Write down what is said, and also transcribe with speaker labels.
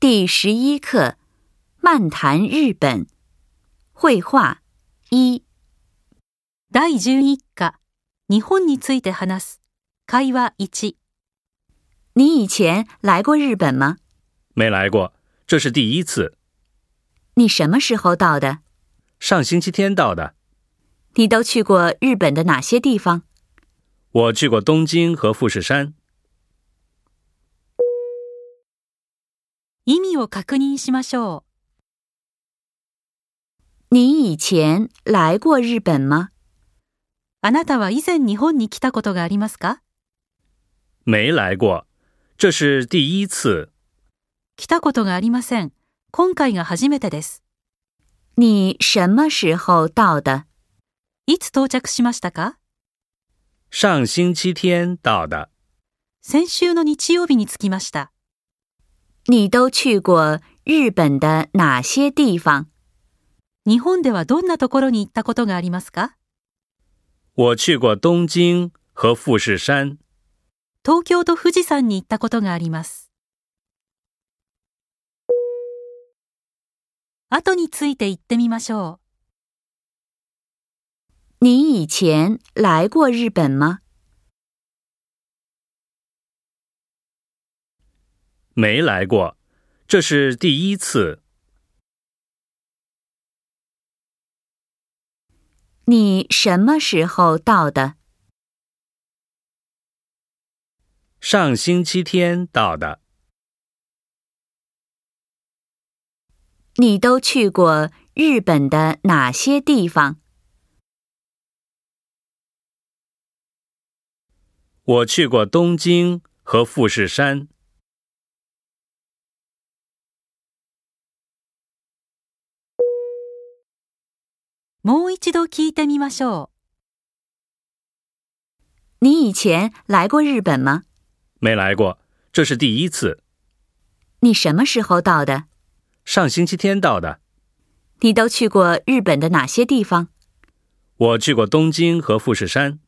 Speaker 1: 第十一课《漫谈日本》绘画一
Speaker 2: 第11課、日本について話す。会話1、
Speaker 1: 你以前来过日本吗？
Speaker 3: 没来过，这是第一次。
Speaker 1: 你什么时候到的？
Speaker 3: 上星期天到的，
Speaker 1: 你都去过日本的哪些地方？
Speaker 3: 我去过东京和富士山。
Speaker 2: 意味を確認しましょ
Speaker 1: 你以前来过日本吗？
Speaker 2: う。あなたは以前日本に来たことがありますか
Speaker 3: 没来过，这是第一次。
Speaker 2: 来たことがありません。今回が初めてです。
Speaker 1: 你什么时候到的？
Speaker 2: いつ到着しましたか
Speaker 3: 上星期天到的，
Speaker 2: 先週の日曜日に着きました。
Speaker 1: 你都去过日本的哪些地方？
Speaker 2: 日本ではどんなところに行ったことがありますか
Speaker 3: 我去过东京和富士山。
Speaker 2: 東京と富士山に行ったことがあります。後について言ってみましょう。
Speaker 1: 你以前来过日本吗？
Speaker 3: 没来过，这是第一次。
Speaker 1: 你什么时候到的？
Speaker 3: 上星期天到的，
Speaker 1: 你都去过日本的哪些地方？
Speaker 3: 我去过东京和富士山。
Speaker 2: もう一度聞いてみましょ
Speaker 1: 你以前来过日本吗？
Speaker 3: 没来过，这是第一次。
Speaker 1: 你什么时候到的？
Speaker 3: 上星期天到的，
Speaker 1: 你都去过日本的哪些地方？
Speaker 3: 我去过东京和富士山。